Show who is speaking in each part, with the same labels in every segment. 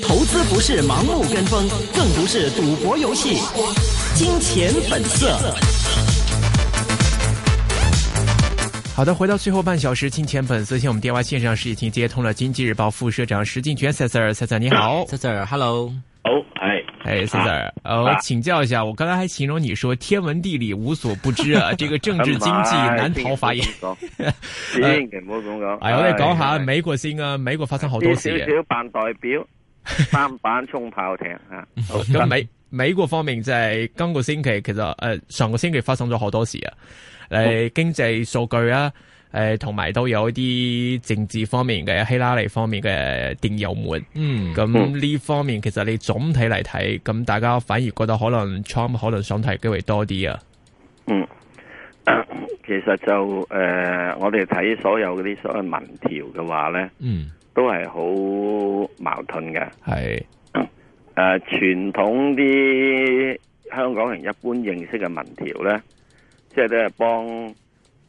Speaker 1: 投资不是盲目跟风，更不是赌博游戏。金钱本色。
Speaker 2: 好的，回到最后半小时，金钱本色线，我们电话线上是已经接通了《经济日报》副社长石进全 Sir，Sir 你好
Speaker 3: Sir，Hello，
Speaker 4: 好，係
Speaker 2: 哎 Sir，呃，我请教一下，我刚才还形容你说天文地理无所不知啊，这个政治经濟難逃 法
Speaker 4: 亦
Speaker 2: 眼。
Speaker 4: 千祈唔好咁講。
Speaker 2: 呃係我哋講
Speaker 4: 唉
Speaker 2: 下
Speaker 4: 真係
Speaker 2: 美國先啊，美國發生好多事
Speaker 4: 少
Speaker 2: 嘅。
Speaker 4: 少扮代 表，三板冲炮艇啊！好
Speaker 2: 咁
Speaker 3: 嗯
Speaker 2: 美美國方面就係今個星期其實誒、呃上個星期發生咗好多事啊，誒、
Speaker 3: 哦
Speaker 2: 經濟數據啊，誒同埋都有一啲政治方面嘅希拉里方面嘅電油門，
Speaker 3: 嗯，
Speaker 2: 咁呢方面其實你總體嚟睇，咁大家反而覺得可能 Trump 可能上台機會多啲啊，
Speaker 4: 嗯， 其實就诶、呃我哋睇所有嗰啲所謂民調嘅話咧，
Speaker 3: 嗯，
Speaker 4: 都係好矛盾嘅。
Speaker 2: 係
Speaker 4: 誒、傳統啲香港人一般認識嘅民調咧，即係都係幫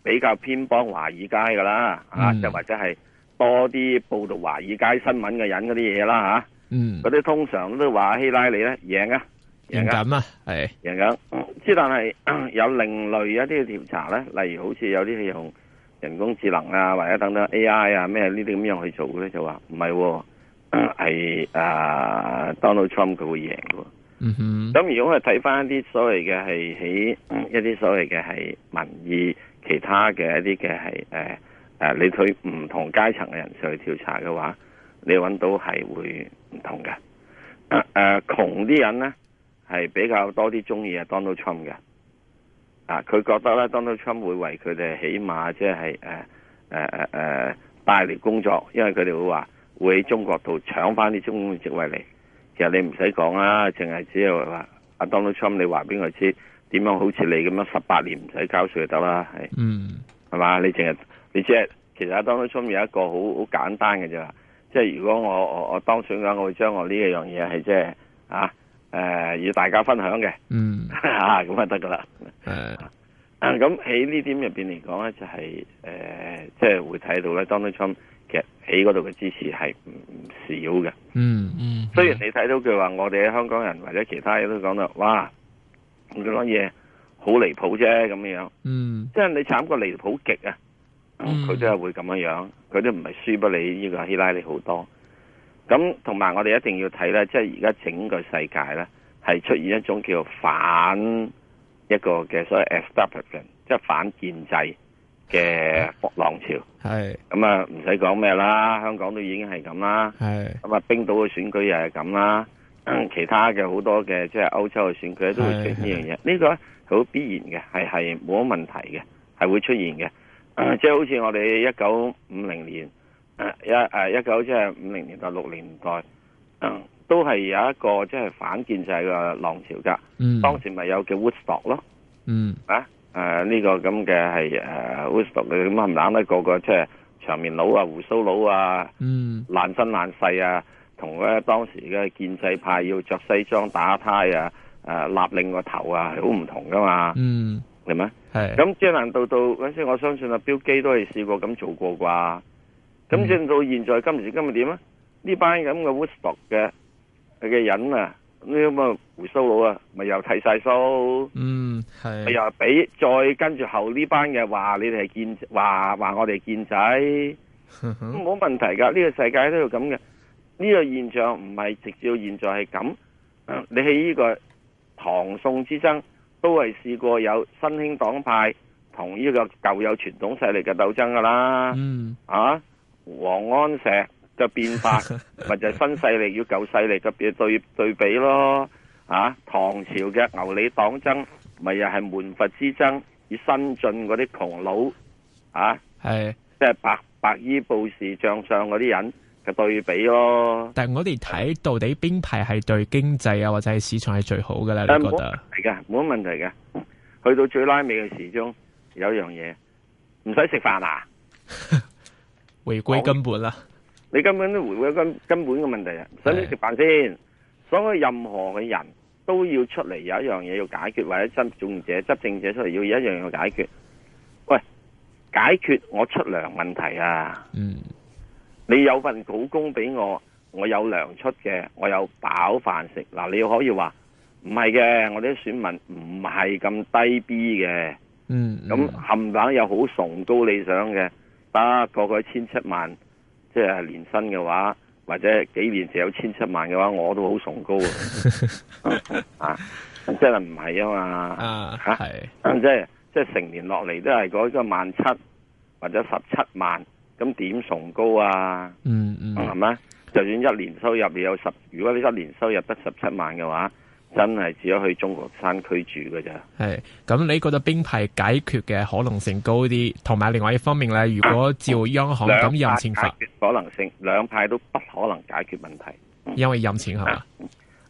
Speaker 4: 比較偏幫華爾街噶啦，啊，
Speaker 2: 嗯
Speaker 4: 就或者係多啲報導華爾街新聞嘅人嗰啲嘢啦
Speaker 2: 嗯
Speaker 4: 嚇，嗰、啲通常都話希拉里咧贏啊，
Speaker 2: 敏
Speaker 4: 贏啊，
Speaker 2: 感啊，係
Speaker 4: 贏緊。嗯之但係 有另類一啲嘅調查咧，例如好似有啲係用人工智能啊，或者等等 AI 啊咩呢啲咁樣去做嘅咧，就話唔係喎，係啊 Donald Trump 佢會贏嘅喎。
Speaker 2: 嗯哼
Speaker 4: 咁如果我哋睇翻一啲所謂嘅係喺嗯一啲所謂嘅係民意，其他嘅一啲嘅係誒誒，你對唔同階層嘅人士去調查嘅話，你揾到係會唔同嘅。誒、呃、窮啲人咧係比較多啲中意啊 Donald Trump 嘅，啊佢覺得咧 Donald Trump 會為佢哋起碼即係誒誒誒誒帶嚟工作，因為佢哋會話會喺中國度搶翻啲中官職位嚟。其實你唔使講啦，淨係只係話阿 Donald Trump，你話俾佢知點樣好似你咁樣十八年唔使交税就得啦，係
Speaker 2: 嗯
Speaker 4: 係嘛？你淨係你只係其實阿 Donald Trump 有一個好好簡單嘅啫，即係如果我我我當選嘅話，我會將我呢一樣嘢係即係啊誒、要大家分享嘅
Speaker 2: 嗯
Speaker 4: 啊咁就得噶啦。
Speaker 2: 誒
Speaker 4: 啊咁喺呢點入邊嚟講咧，就係、誒即係會睇到咧，Donald Trump 其實喺嗰度嘅支持係唔唔少嘅。
Speaker 2: 嗯
Speaker 3: 嗯，
Speaker 4: 雖然你睇到佢話我哋香港人或者其他嘢都講到，哇，佢講嘢好離譜啫咁樣，
Speaker 2: 嗯
Speaker 4: 即係你慘過離譜極啊！
Speaker 3: 嗯
Speaker 4: 佢都係會咁樣樣，佢都唔係輸不你呢個希拉里好多。咁同埋我哋一定要睇咧，即係而家整個世界咧係出現一種叫反一個嘅所謂 establishment，即係反建制嘅浪潮。
Speaker 2: 嗯係
Speaker 4: 咁啊，唔使講咩啦，香港都已經係咁啦。
Speaker 2: 係
Speaker 4: 咁啊，冰島嘅選舉又係咁啦， 其他嘅好多嘅即係歐洲嘅選舉都會出現呢樣嘢，呢個係好必然嘅，係係冇乜問題嘅，係會出現嘅。呃即係好似我哋一九五零年，呃一誒一九即係五零年代六零年代，呃都係有一個即係反建制嘅浪潮㗎。
Speaker 2: 嗯
Speaker 4: 當時咪有叫 Woodstock 咯。
Speaker 2: 嗯
Speaker 4: 啊，誒、呢、個咁嘅係誒 w h i s t o 咁冚冷咧，個個即係長面佬啊、胡鬚佬啊、
Speaker 2: 嗯
Speaker 4: 爛身爛世啊，同咧當時嘅建制派要着西裝打呔啊、誒、立令個頭啊，係好唔同噶嘛，
Speaker 2: 嗯
Speaker 4: 係咪、
Speaker 2: 係
Speaker 4: 咁即係難道到嗰陣時，我相信阿標基都係試過咁做過啩。咁
Speaker 2: 嗯
Speaker 4: 正到現在今時今日點啊？呢班咁嘅 w h i s t o 嘅嘅人啊，呢啲咁嘅胡鬚佬啊，咪又剃晒須。
Speaker 2: 嗯
Speaker 4: 佢
Speaker 2: 係
Speaker 4: 又俾再跟住後呢班嘅話，你哋係建話話我哋建制，咁
Speaker 2: 哼嗯哼
Speaker 4: 冇問題㗎。呢、個世界都要咁嘅，呢、個現象唔係直至到現在係咁。嗯你喺呢個唐宋之爭都係試過有新興黨派同呢個舊有傳統勢力嘅鬥爭㗎啦。
Speaker 2: 嗯
Speaker 4: 啊，王安石嘅變法，咪就係新勢力與舊勢力嘅比對對比咯。啊，唐朝嘅牛李黨爭，咪又係門閥之爭，以新晉嗰啲窮佬啊，
Speaker 2: 係。
Speaker 4: 即係白白衣布士將相嗰啲人嘅對比咯。
Speaker 2: 但系我哋睇到底邊排係對經濟啊或者係市場係最好嘅咧？
Speaker 4: 但
Speaker 2: 你覺
Speaker 4: 冇
Speaker 2: 得？
Speaker 4: 係嘅，冇乜問題嘅。去到最拉尾嘅時鐘，有一樣嘢唔使食飯啊！
Speaker 2: 回歸根本啦，
Speaker 4: 你根本都回歸根根本嘅問題啊！使唔使食飯先？所以任何嘅人都要出嚟有一樣嘢要解決，或者執政者、執政者出嚟要有一樣嘢要解決。喂，解決我出糧問題啊！
Speaker 2: 嗯
Speaker 4: 你有份好工俾我，我有糧出嘅，我有飽飯食。嗱，你可以話唔係嘅，我啲選民唔係咁低 B 嘅，
Speaker 2: 嗯，嗯
Speaker 4: 咁冚唪唥有好崇高理想嘅，得個個千七萬，即係年薪嘅話，或者幾年就有千七萬嘅話，我都好崇高 啊！啊，真係唔係啊嘛〜
Speaker 2: 啊
Speaker 4: 嚇
Speaker 2: 係
Speaker 4: 咁即係即係成年落嚟都係嗰個萬七或者十七萬，咁點崇高啊？
Speaker 2: 嗯嗯
Speaker 4: 係咪、就算一年收入你有十，如果你一年收入得十七萬嘅話，真係只可以去中國山區住嘅咋。
Speaker 2: 係，咁你覺得邊派解決嘅可能性高啲？同埋另外一方面咧，如果照央行
Speaker 4: 兩派
Speaker 2: 哦咁任錢
Speaker 4: 解
Speaker 2: 法，
Speaker 4: 決可能性，兩派都不可能解決問題。
Speaker 2: 因為任錢係嘛，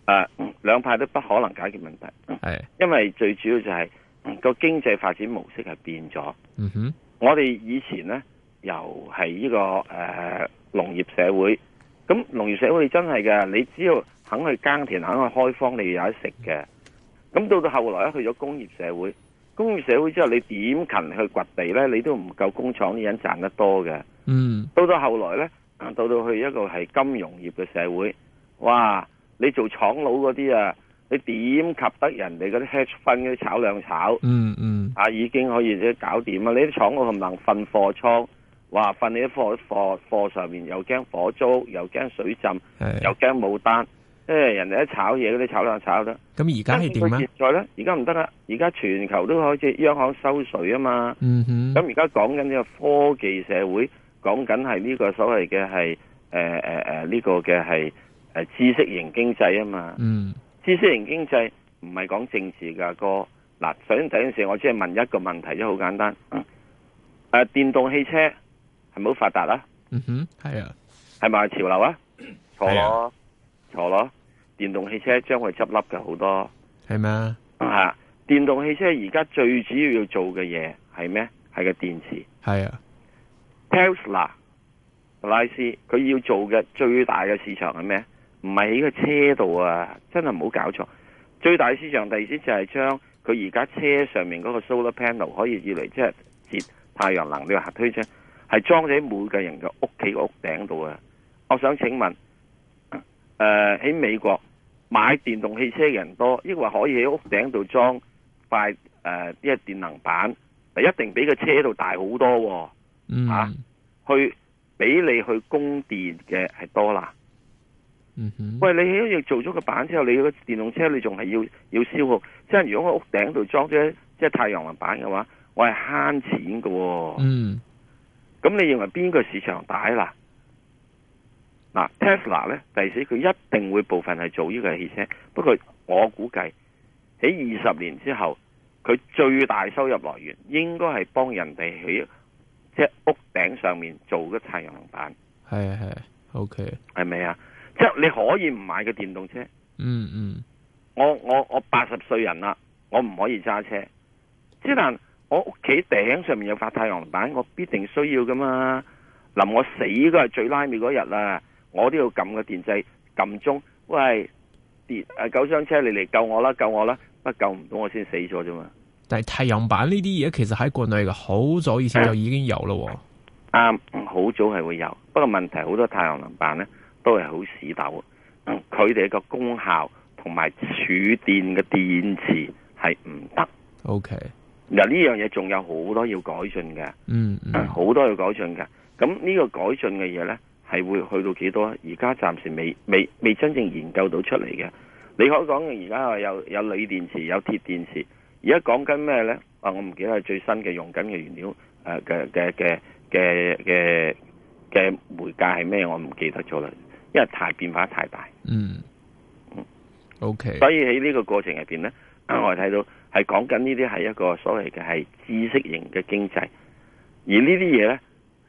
Speaker 4: 誒、嗯兩派都不可能解決問題，嗯
Speaker 2: 係，
Speaker 4: 因為最主要就係、嗯個經濟發展模式係變咗。
Speaker 2: 嗯哼，
Speaker 4: 我哋以前呢，又係呢、個誒、呃、農業社會，咁農業社會真係嘅，你只要肯去耕田、肯去開荒，你有得食嘅。咁到到後來咧，去咗工業社會，工業社會之後，你點勤去掘地呢？你都唔夠工廠啲人賺得多嘅。
Speaker 2: 嗯
Speaker 4: 到到後來呢，啊到到去一個係金融業嘅社會，哇！你做廠佬嗰啲啊，你點及得人哋嗰啲 hedge fund 嗰啲炒兩炒？
Speaker 2: 嗯嗯，
Speaker 4: 啊，已經可以即搞掂啊！你啲廠我冚能瞓貨倉，話瞓你啲貨貨貨上面又驚火租，又驚水浸，又
Speaker 2: 係。
Speaker 4: 驚冇單。誒，人哋一炒嘢嗰啲炒兩炒得。
Speaker 2: 咁而家係點
Speaker 4: 現
Speaker 2: 啊？
Speaker 4: 在咧，而家唔得啦，而家全球都開始央行收水啊嘛。
Speaker 2: 嗯哼，
Speaker 4: 咁而家講緊呢個科技社會，講緊係呢個所謂嘅係誒誒誒呢個嘅係誒知識型經濟啊嘛。
Speaker 2: 嗯
Speaker 4: 知識型經濟唔係講政治㗎哥。嗱，首先第一件事，我只係問一個問題啫，好簡單。誒、電動汽車係咪好發達啊？
Speaker 2: 嗯哼，係啊，
Speaker 4: 係咪潮流啊？錯
Speaker 2: 係
Speaker 4: 咯，錯咯。電動汽車將會執笠嘅好多
Speaker 2: 係咩啊？
Speaker 4: 啊！電動汽車而家最主要要做嘅嘢係咩？係個電池。
Speaker 2: 係啊，
Speaker 4: Tesla 拉斯佢要做嘅最大嘅市場係咩？唔係喺個車度啊！真係唔好搞錯。最大市場第二先就係將佢而家車上面嗰個 solar panel 可以以嚟即係節太陽能呢個核推車，係裝咗喺每個人嘅屋企個屋頂度啊！我想請問，誒、呃喺美國買電動汽車嘅人多，抑或可以喺屋頂度裝塊誒呢個電能板，一定比個車度大好多喎、啊
Speaker 2: 嗯
Speaker 4: 去俾你去供電嘅係多啦。
Speaker 2: 嗯哼，
Speaker 4: 喂，你喺度做咗個板之後，你個電動車你仲係要要消耗，即係如果我屋頂度裝咗即係太陽能板嘅話，我係慳錢嘅、喎。
Speaker 2: 嗯
Speaker 4: 咁、你認為邊個市場大啦？嗱，Tesla 咧，第時佢一定會部分係做呢個汽車，不過我估計喺二十年之後，佢最大收入來源應該係幫人哋喺即係屋頂上面做嗰太陽能板。
Speaker 2: 係啊係啊，OK，
Speaker 4: 系咪啊？即系你可以唔買嘅電動車，
Speaker 2: 嗯嗯
Speaker 4: 我我我八十歲人啦，我唔可以揸車，之但我屋企頂上面有塊太陽能板，我必定需要噶嘛。臨我死嗰日最拉尾嗰日啊，我都要撳個電掣撳鐘，喂，電誒救傷車你嚟救我啦，救我啦，不過救唔到我先死咗啫嘛。
Speaker 2: 但係太陽板呢啲嘢其實喺國內嘅好早以前
Speaker 4: 啊
Speaker 2: 就已經有咯喎。
Speaker 4: 啱，嗯好早係會有，不過問題好多太陽能板呢都係好屎斗，嗯佢哋個功效同埋儲電嘅電池係唔得。
Speaker 2: OK，
Speaker 4: 嗱呢樣嘢仲有好多要改進嘅，
Speaker 2: 嗯嗯
Speaker 4: 好多要改進嘅。咁呢個改進嘅嘢呢，係會去到幾多？而家暫時未未未真正研究到出嚟嘅。你可以講嘅而家係有有鋰電池，有鐵電池。而家講緊咩呢？啊，我唔記得係最新嘅用緊嘅原料誒嘅嘅嘅嘅嘅嘅媒介係咩？我唔記得咗啦，因為太變化太大。
Speaker 2: 嗯，OK，
Speaker 4: 所以喺呢個過程入邊呢，
Speaker 2: 嗯
Speaker 4: 啊我哋睇到係講緊呢啲係一個所謂嘅係知識型嘅經濟，而呢啲嘢呢，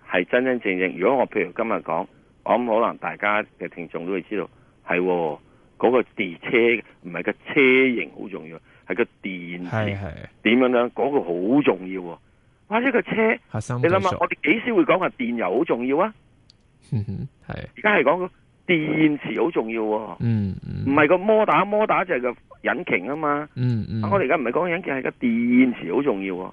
Speaker 4: 係真真正正。如果我譬如今日講，我諗可能大家嘅聽眾都會知道，係喎嗰、個電車唔係個車型好重要，係個電
Speaker 2: 係
Speaker 4: 池
Speaker 2: 係
Speaker 4: 點樣樣嗰、個好重要喎。哇！呢、個車
Speaker 2: 核心
Speaker 4: 你
Speaker 2: 技
Speaker 4: 諗下，
Speaker 2: 術，
Speaker 4: 我哋幾時會講話電油好重要啊？
Speaker 2: 嗯哼，係，
Speaker 4: 而家係講個電池好重要喎、
Speaker 2: 嗯
Speaker 4: 唔
Speaker 2: 嗯
Speaker 4: 係個摩打，摩打就係個引擎啊嘛。
Speaker 2: 嗯嗯，
Speaker 4: 我哋而家唔係講緊嘅係個電池好重要喎，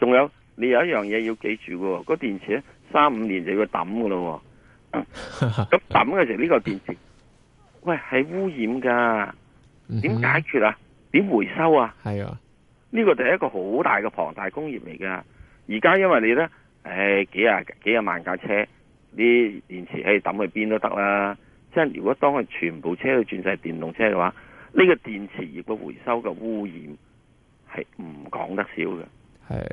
Speaker 4: 仲有你有一樣嘢要記住嘅喎，個電池咧三五年就要抌嘅咯
Speaker 2: 嗯
Speaker 4: 咁抌嘅時候呢個電池，喂係污染噶，點解決啊？點回收啊？
Speaker 2: 系啊，
Speaker 4: 呢個就係一個好大嘅龐大工業嚟噶。而家因為你呢，唉、幾廿幾廿萬架車，啲電池唉抌去邊都得啦。即係如果當佢全部車都轉晒電動車嘅話，呢、個電池業嘅回收嘅污染係唔講得少嘅。
Speaker 2: 系。哎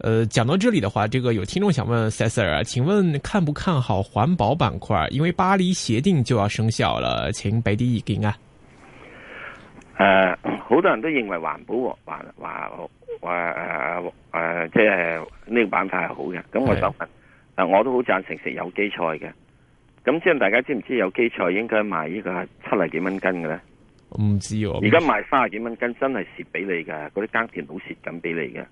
Speaker 2: 呃，讲到这里的话，这个有听众想问 Cesar 啊，请问看不看好环保板块？因为巴黎协定就要生效了，请俾啲意见啊。
Speaker 4: 誒、呃好多人都認為環保和環環環誒誒，呃即係呃呢個板塊係好嘅。咁我
Speaker 2: 係
Speaker 4: 就問，誒我都好贊成食有機菜嘅。咁即係大家知唔知有機菜應該賣呢個係七十幾蚊斤嘅咧？
Speaker 2: 唔知哦，
Speaker 4: 而家賣三十幾蚊斤真係蝕俾你㗎，嗰啲耕田佬蝕緊俾你嘅。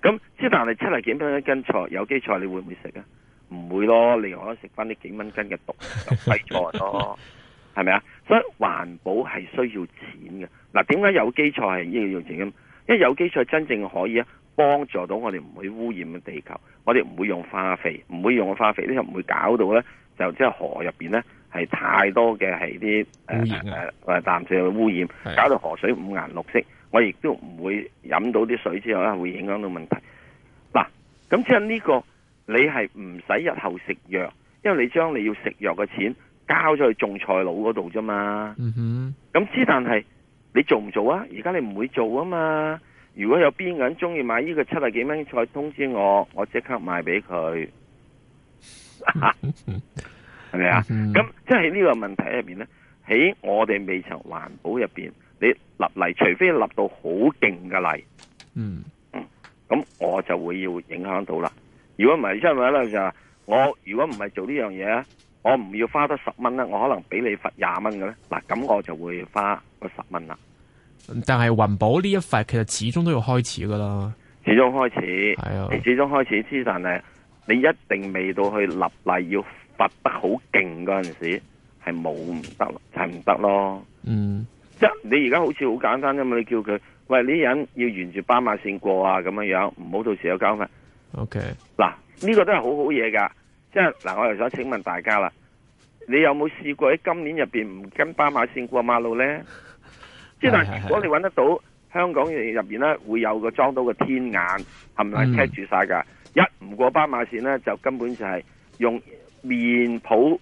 Speaker 4: 咁之但係七十幾蚊一斤菜，有機菜你會唔會食啊？唔會咯，你可以食翻啲幾蚊斤嘅毒廢菜咯，係咪啊？所以環保係需要錢嘅。嗱，點解有機菜係要用錢咁？因為有機菜真正可以啊，幫助到我哋唔會污染嘅地球，我哋唔會用化肥，唔會用化肥呢，就唔會搞到咧，就即係河入邊咧係太多嘅係啲
Speaker 2: 污染啊
Speaker 4: 誒誒淡水嘅污染。
Speaker 2: 係
Speaker 4: 搞到河水五顏六色，我亦都唔會飲到啲水之後咧，會影響到問題。嗱，咁即係呢個你係唔使日後食藥，因為你將你要食藥嘅錢交咗去種菜佬嗰度啫嘛。
Speaker 2: 嗯哼，
Speaker 4: 咁之但係你做唔做啊？而家你唔會做啊嘛。如果有邊個人中意買呢個七十幾蚊嘅菜，通知我，我即刻賣俾佢，係 咪啊？
Speaker 2: 嗯
Speaker 4: 咁即係呢個問題入面呢，喺我哋未曾環保入面，你立例，除非立到好勁嘅例，
Speaker 2: 嗯
Speaker 4: 咁我就會要影響到啦。如果唔係，因為咧就話我如果唔係做呢樣嘢，我唔要花得十蚊咧，我可能俾你罰廿蚊嘅咧，嗱咁我就會花嗰十蚊啦。
Speaker 2: 但係環保呢一塊其實始終都要開始噶啦，
Speaker 4: 始終開始，
Speaker 2: 係啊，
Speaker 4: 你始終開始之，但係你一定未到去立例要罰得好勁嗰陣時，係冇唔得咯，就係唔得咯。
Speaker 2: 嗯
Speaker 4: 即係你而家好似好簡單啫嘛，你叫佢喂呢人要沿住斑馬線過啊咁樣樣，唔好到時有交法。
Speaker 2: ，OK，
Speaker 4: 嗱，呢、個都係好好嘢㗎。即係嗱，我又想請問大家啦，你有冇試過喺今年入面唔跟斑馬線過馬路呢？即係但係如果你揾得到香港入面呢，會有個裝到個天眼，係咪
Speaker 2: 嗯
Speaker 4: catch 住晒㗎？一唔過斑馬線呢，就根本就係用面譜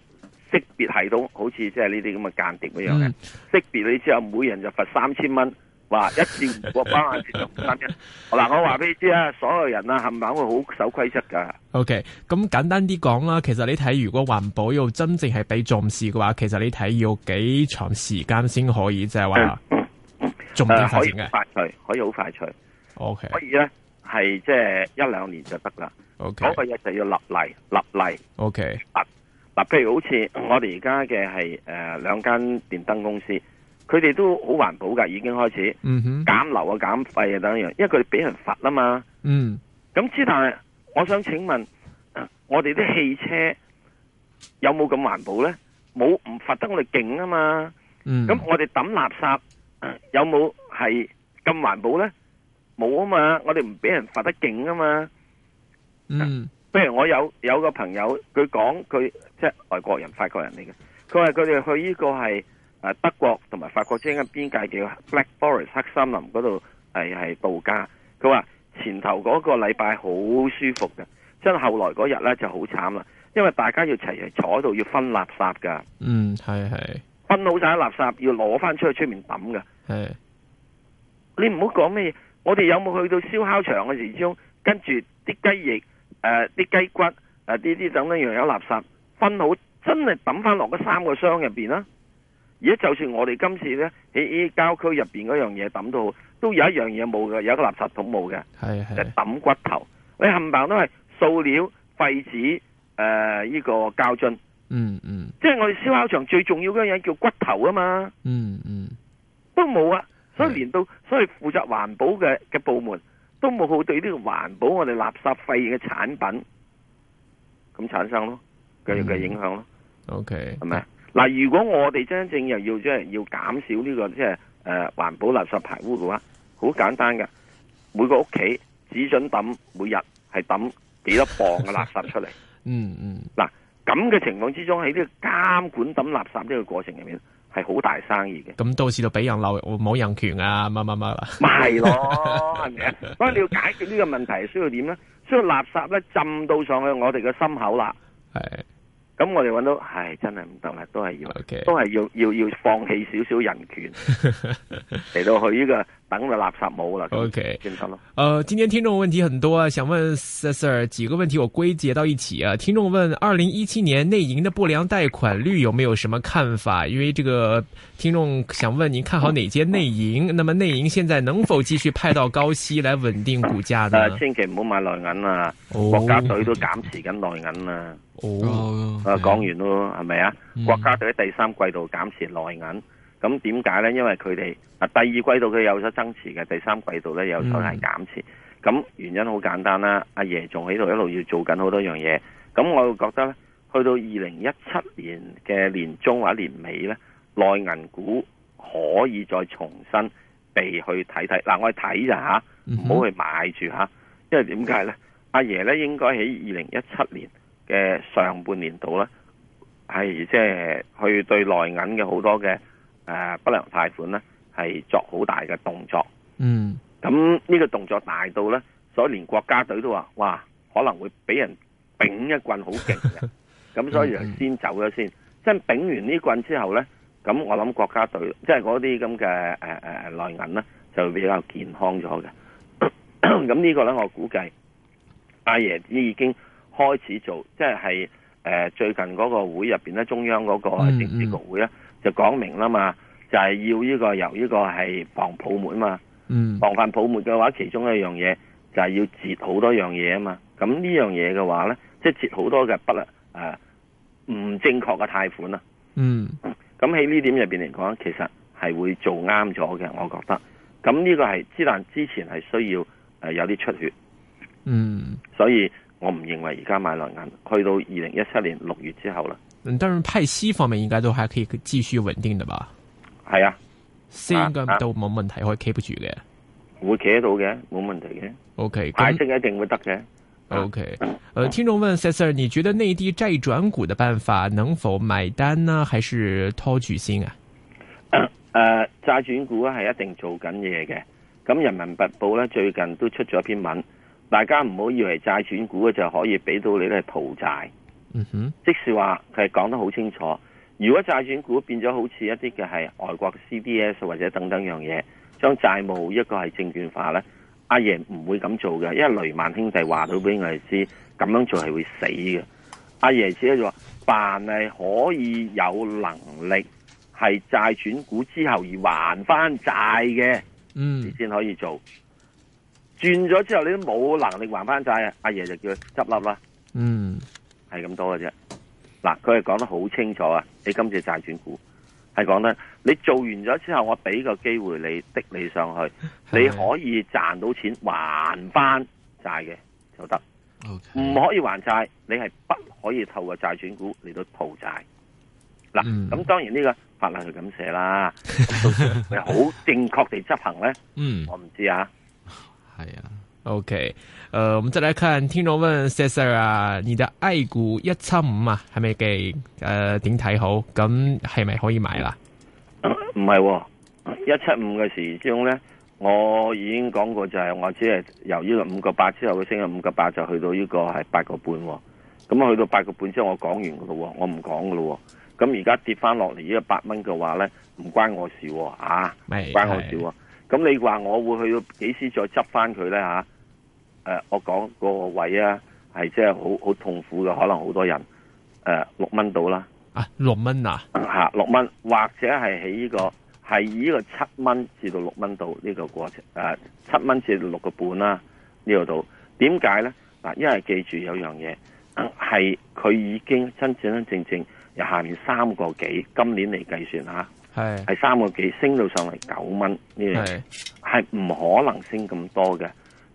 Speaker 4: 識別系統，好似即係啊呢啲咁嘅間諜一樣嘅。
Speaker 2: 嗯
Speaker 4: 識別你之後，每人就罰三千蚊。話一次唔過斑馬線就罰三千。嗱，我話俾你知啊，所有人啊，冚唪唥會好守規則㗎。
Speaker 2: ，OK，咁簡單啲講啦，其實你睇如果環保要真正係俾重視嘅話，其實你睇要幾長時間先可以即係話重
Speaker 4: 誒
Speaker 2: 點發
Speaker 4: 嗯呃啊可
Speaker 2: 展
Speaker 4: 以好
Speaker 2: 嘅
Speaker 4: 快脆，可以好快脆，
Speaker 2: ，OK
Speaker 4: 可以咧係即係一兩年就得啦。
Speaker 2: OK
Speaker 4: 嗰、個嘢就要立例，立例
Speaker 2: OK，
Speaker 4: 嗱，譬如好似我哋而家嘅係誒兩間電燈公司，佢哋都好環保㗎，已經開始
Speaker 2: 嗯哼，
Speaker 4: 減流啊、減費啊等一樣，因為佢哋俾人罰啊嘛。
Speaker 2: 嗯。
Speaker 4: 咁之但係，我想請問，呃我哋啲汽車有冇咁環保咧？冇唔罰得我哋勁啊嘛！
Speaker 2: 嗯，
Speaker 4: 咁我哋抌垃圾呃有冇係咁環保呢？冇啊嘛，我哋唔俾人罰得勁啊嘛。
Speaker 2: 嗯
Speaker 4: 譬如我有有個朋友，佢講佢即係外國人、法國人嚟嘅，佢話佢哋去呢個係誒德國同埋法國之間嘅邊界叫 Black Forest 黑森林嗰度係係度假。佢話前頭嗰個禮拜好舒服嘅，即係後來嗰日呢就好慘啦，因為大家要齊齊坐喺度要分垃圾㗎，
Speaker 2: 嗯，係係
Speaker 4: 分好晒啲垃圾要攞翻出去出面抌㗎。
Speaker 2: 係，
Speaker 4: 你唔好講咩嘢，我哋有冇去到燒烤場嘅時鐘，跟住啲雞翼、誒、呃啲雞骨、誒呢啲等等樣有垃圾分好，真係抌翻落嗰三個箱入邊啦。而家就算我哋今次呢，喺喺郊區入邊嗰樣嘢抌到好，都有一樣嘢冇嘅，有一個垃圾桶冇嘅，
Speaker 2: 係
Speaker 4: 就
Speaker 2: 係
Speaker 4: 係抌骨頭。你冚唪唥都係塑料、廢紙、誒、呃呢個膠樽，
Speaker 2: 嗯嗯
Speaker 4: 即係我哋燒烤場最重要嗰樣嘢叫骨頭啊嘛。
Speaker 2: 嗯嗯
Speaker 4: 都冇啊，所以
Speaker 2: 係
Speaker 4: 連到所以負責環保嘅嘅部門都冇好對呢個環保我哋垃圾廢嘅產品咁產生咯，嘅
Speaker 2: 嗯
Speaker 4: 嘅影響咯，
Speaker 2: ，OK，
Speaker 4: 係咪？嗱，如果我哋真正又要即係要減少呢、個即係誒環保垃圾排污嘅話，好簡單㗎，每個屋企只准抌每日係抌幾多磅嘅垃圾出嚟。
Speaker 2: 嗯嗯
Speaker 4: 咁嘅情況之中，喺呢個監管抌垃圾呢個過程入面，係好大生意嘅。
Speaker 2: 咁到時就俾人鬧冇人權啊，乜乜乜啦。
Speaker 4: 咪 係咯，係咪啊？所以你要解決呢個問題，需要點咧？需要垃圾咧浸到上去我哋嘅心口啦。
Speaker 2: 係
Speaker 4: 咁我哋揾到，唉，真係唔得啦，都係要，
Speaker 2: OK，
Speaker 4: 都係要要要放棄少少人權嚟到去呢個等個垃圾冇啦。咁
Speaker 2: OK
Speaker 4: 先得咯。
Speaker 2: 呃，今天听众问题很多啊，想问 Sir 几个问题，我归结到一起啊。听众问：二零一七年内银的不良贷款率有没有什么看法？因为这个听众想问您看好哪些内
Speaker 4: 哦
Speaker 2: 银？那么内银现在能否继续派到高息来稳定股价呢
Speaker 4: 啊，？千祈唔好買內銀啊！
Speaker 2: 哦
Speaker 4: 國家隊都減持緊內銀啊！
Speaker 2: 哦，
Speaker 3: 哦
Speaker 4: 啊，講完咯，係咪啊？國家隊第三季度減持內銀，咁點解呢？因為佢哋啊第二季度佢有所增持嘅，第三季度呢有所係減持。咁、原因好簡單啦，阿爺仲喺度一路要做緊好多樣嘢。咁我會覺得呢，去到二零一七年嘅年中或者年尾呢，內銀股可以再重新被去睇睇。嗱、我哋睇咋吓，
Speaker 2: 嗯哼
Speaker 4: 唔好去買住吓，因為點解呢？阿爺呢應該喺二零一七年嘅上半年度呢。係即係去對內銀嘅好多嘅誒、呃不良貸款呢，係作好大嘅動作。
Speaker 2: 嗯，
Speaker 4: 咁呢個動作大到呢，所以連國家隊都話：哇，可能會俾人丙一棍好勁嘅。咁所以就先走咗先。即係丙完呢棍之後呢，咁我諗國家隊即係嗰啲咁嘅誒誒內銀呢，就比較健康咗嘅。 咁呢個呢，我估計阿爺已經開始做，即係係誒最近嗰個會入邊呢，中央嗰個
Speaker 2: 嗯
Speaker 4: 政治局會呢，就講明啦嘛，就係、要呢、個由呢個係防泡沫啊嘛。
Speaker 2: 嗯，
Speaker 4: 防範泡沫嘅話，其中一樣嘢就係要截好多樣嘢啊嘛。咁呢樣嘢嘅話呢，即係截好多嘅不良誒唔正確嘅貸款啊。
Speaker 2: 嗯，
Speaker 4: 咁喺呢點入邊嚟講，其實係會做啱咗嘅，我覺得。咁呢個係之但之前係需要誒、呃有啲出血，
Speaker 2: 嗯。
Speaker 4: 所以我唔認為而家買內銀去到二零一七年六月之後啦，
Speaker 2: 嗯，但是派息方面应该都还可以继续稳定的吧？
Speaker 4: 係啊，
Speaker 2: 息应該都冇問題，可以 keep 住嘅。
Speaker 4: 會企喺度嘅，冇問題嘅，
Speaker 2: OK，咁
Speaker 4: 派息一定會得嘅。
Speaker 2: OK，呃，听众问 Sir，你觉得内地债转股的办法能否买单呢，还是拖住先啊？
Speaker 4: 誒、呃債轉股咧係一定做緊嘢嘅。咁人民日報咧最近都出咗篇文，大家唔好以為債轉股咧就可以俾到你咧逃債，
Speaker 2: 嗯哼，
Speaker 4: 即是話佢係講得好清楚。如果債轉股變咗好似一啲嘅係外國嘅 CDS 或者等等樣嘢，將債務一個係證券化咧，阿爺唔會咁做嘅，因為雷曼兄弟話到俾我哋知，咁樣做係會死嘅。阿爺只係話，凡係可以有能力係債轉股之後而還翻債嘅，你
Speaker 2: 嗯
Speaker 4: 先可以做。轉咗之後，你都冇能力還翻債啊！阿爺就叫佢執笠啦，
Speaker 2: 嗯
Speaker 4: 係咁多嘅啫。嗱，佢係講得好清楚啊！你今次債轉股係講得，你做完咗之後，我俾個機會你的你上去，你可以賺到錢還翻債嘅就得。
Speaker 3: ，OK，
Speaker 4: 唔可以還債，你係不可以透過債轉股嚟到逃債。嗱，
Speaker 2: 嗯
Speaker 4: 咁當然呢個法例係咁寫啦，你好正確地執行呢，
Speaker 3: 嗯，
Speaker 4: 我唔知啊。
Speaker 3: 係啊，
Speaker 2: ，OK，呃，我們再來看聽眾問 Sir 啊，你的愛股一七五啊，係咪嘅？呃，點睇好？咁係咪可以買啦？
Speaker 4: 唔係喎，一七五嘅時鐘呢，我已經講過就係我只係由呢個五個八之後，佢升咗五個八就去到呢個係八個半喎。咁啊去到八個半之後，我講完噶咯喎，我唔講噶咯喎。咁而家跌翻落嚟呢個八蚊嘅話呢，唔關我事喎啊！
Speaker 2: 咪
Speaker 4: 關我事喎。咁你話我會去到幾時再執翻佢呢？吓、誒我講個位啊，係即係好好痛苦嘅，可能好多人誒六蚊到啦
Speaker 2: 啊，六蚊啊，
Speaker 4: 嚇，六蚊或者係喺呢個係以呢個七蚊至到六蚊度呢個過程誒七蚊至到六個半啦呢個度。點解呢？嗱，因為記住有樣嘢嗯係佢已經真真正正由下面三個幾，今年嚟計算嚇
Speaker 2: 係
Speaker 4: 係三個幾升到上嚟九蚊呢樣嘢。
Speaker 2: 係
Speaker 4: 係唔可能升咁多嘅，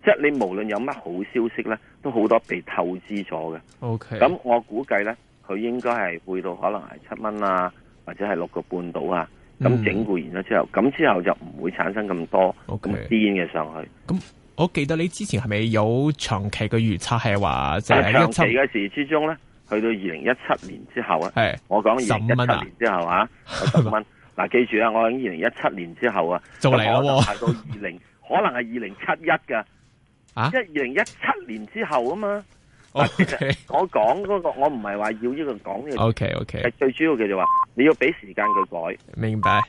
Speaker 4: 即係你無論有乜好消息呢，都好多被透支咗嘅。
Speaker 2: ，OK，
Speaker 4: 咁我估計呢，佢應該係會到可能係七蚊啊，或者係六個半到啊。
Speaker 2: 嗯
Speaker 4: 咁整固完咗之後，咁之後就唔會產生咁多咁
Speaker 2: OK
Speaker 4: 癲嘅上去。
Speaker 2: 我記得你之前係咪有長期嘅預測係話即係
Speaker 4: 長
Speaker 2: 一
Speaker 4: 啊期
Speaker 2: 七
Speaker 4: 嘅時之中呢，去到二零一七年之後啊，
Speaker 2: 係
Speaker 4: 我講
Speaker 2: 十
Speaker 4: 二零
Speaker 2: 五
Speaker 4: 一
Speaker 2: 蚊
Speaker 4: 七
Speaker 2: 啊
Speaker 4: 年之 後啊，十蚊。嗱，記住啊，我喺二零一七年之後啊，
Speaker 2: 就嚟啦喎
Speaker 4: 咁我就排到 二零，可能係二零七一㗎，
Speaker 2: 啊
Speaker 4: 因為二零一七年之後啊嘛。
Speaker 2: O
Speaker 4: 嗱其
Speaker 2: K
Speaker 4: 實 我講嗰個，我唔係話要呢個講呢個
Speaker 2: O K O
Speaker 4: 係
Speaker 2: K，
Speaker 4: 最主要嘅就話你要俾時間佢改。
Speaker 2: 明白。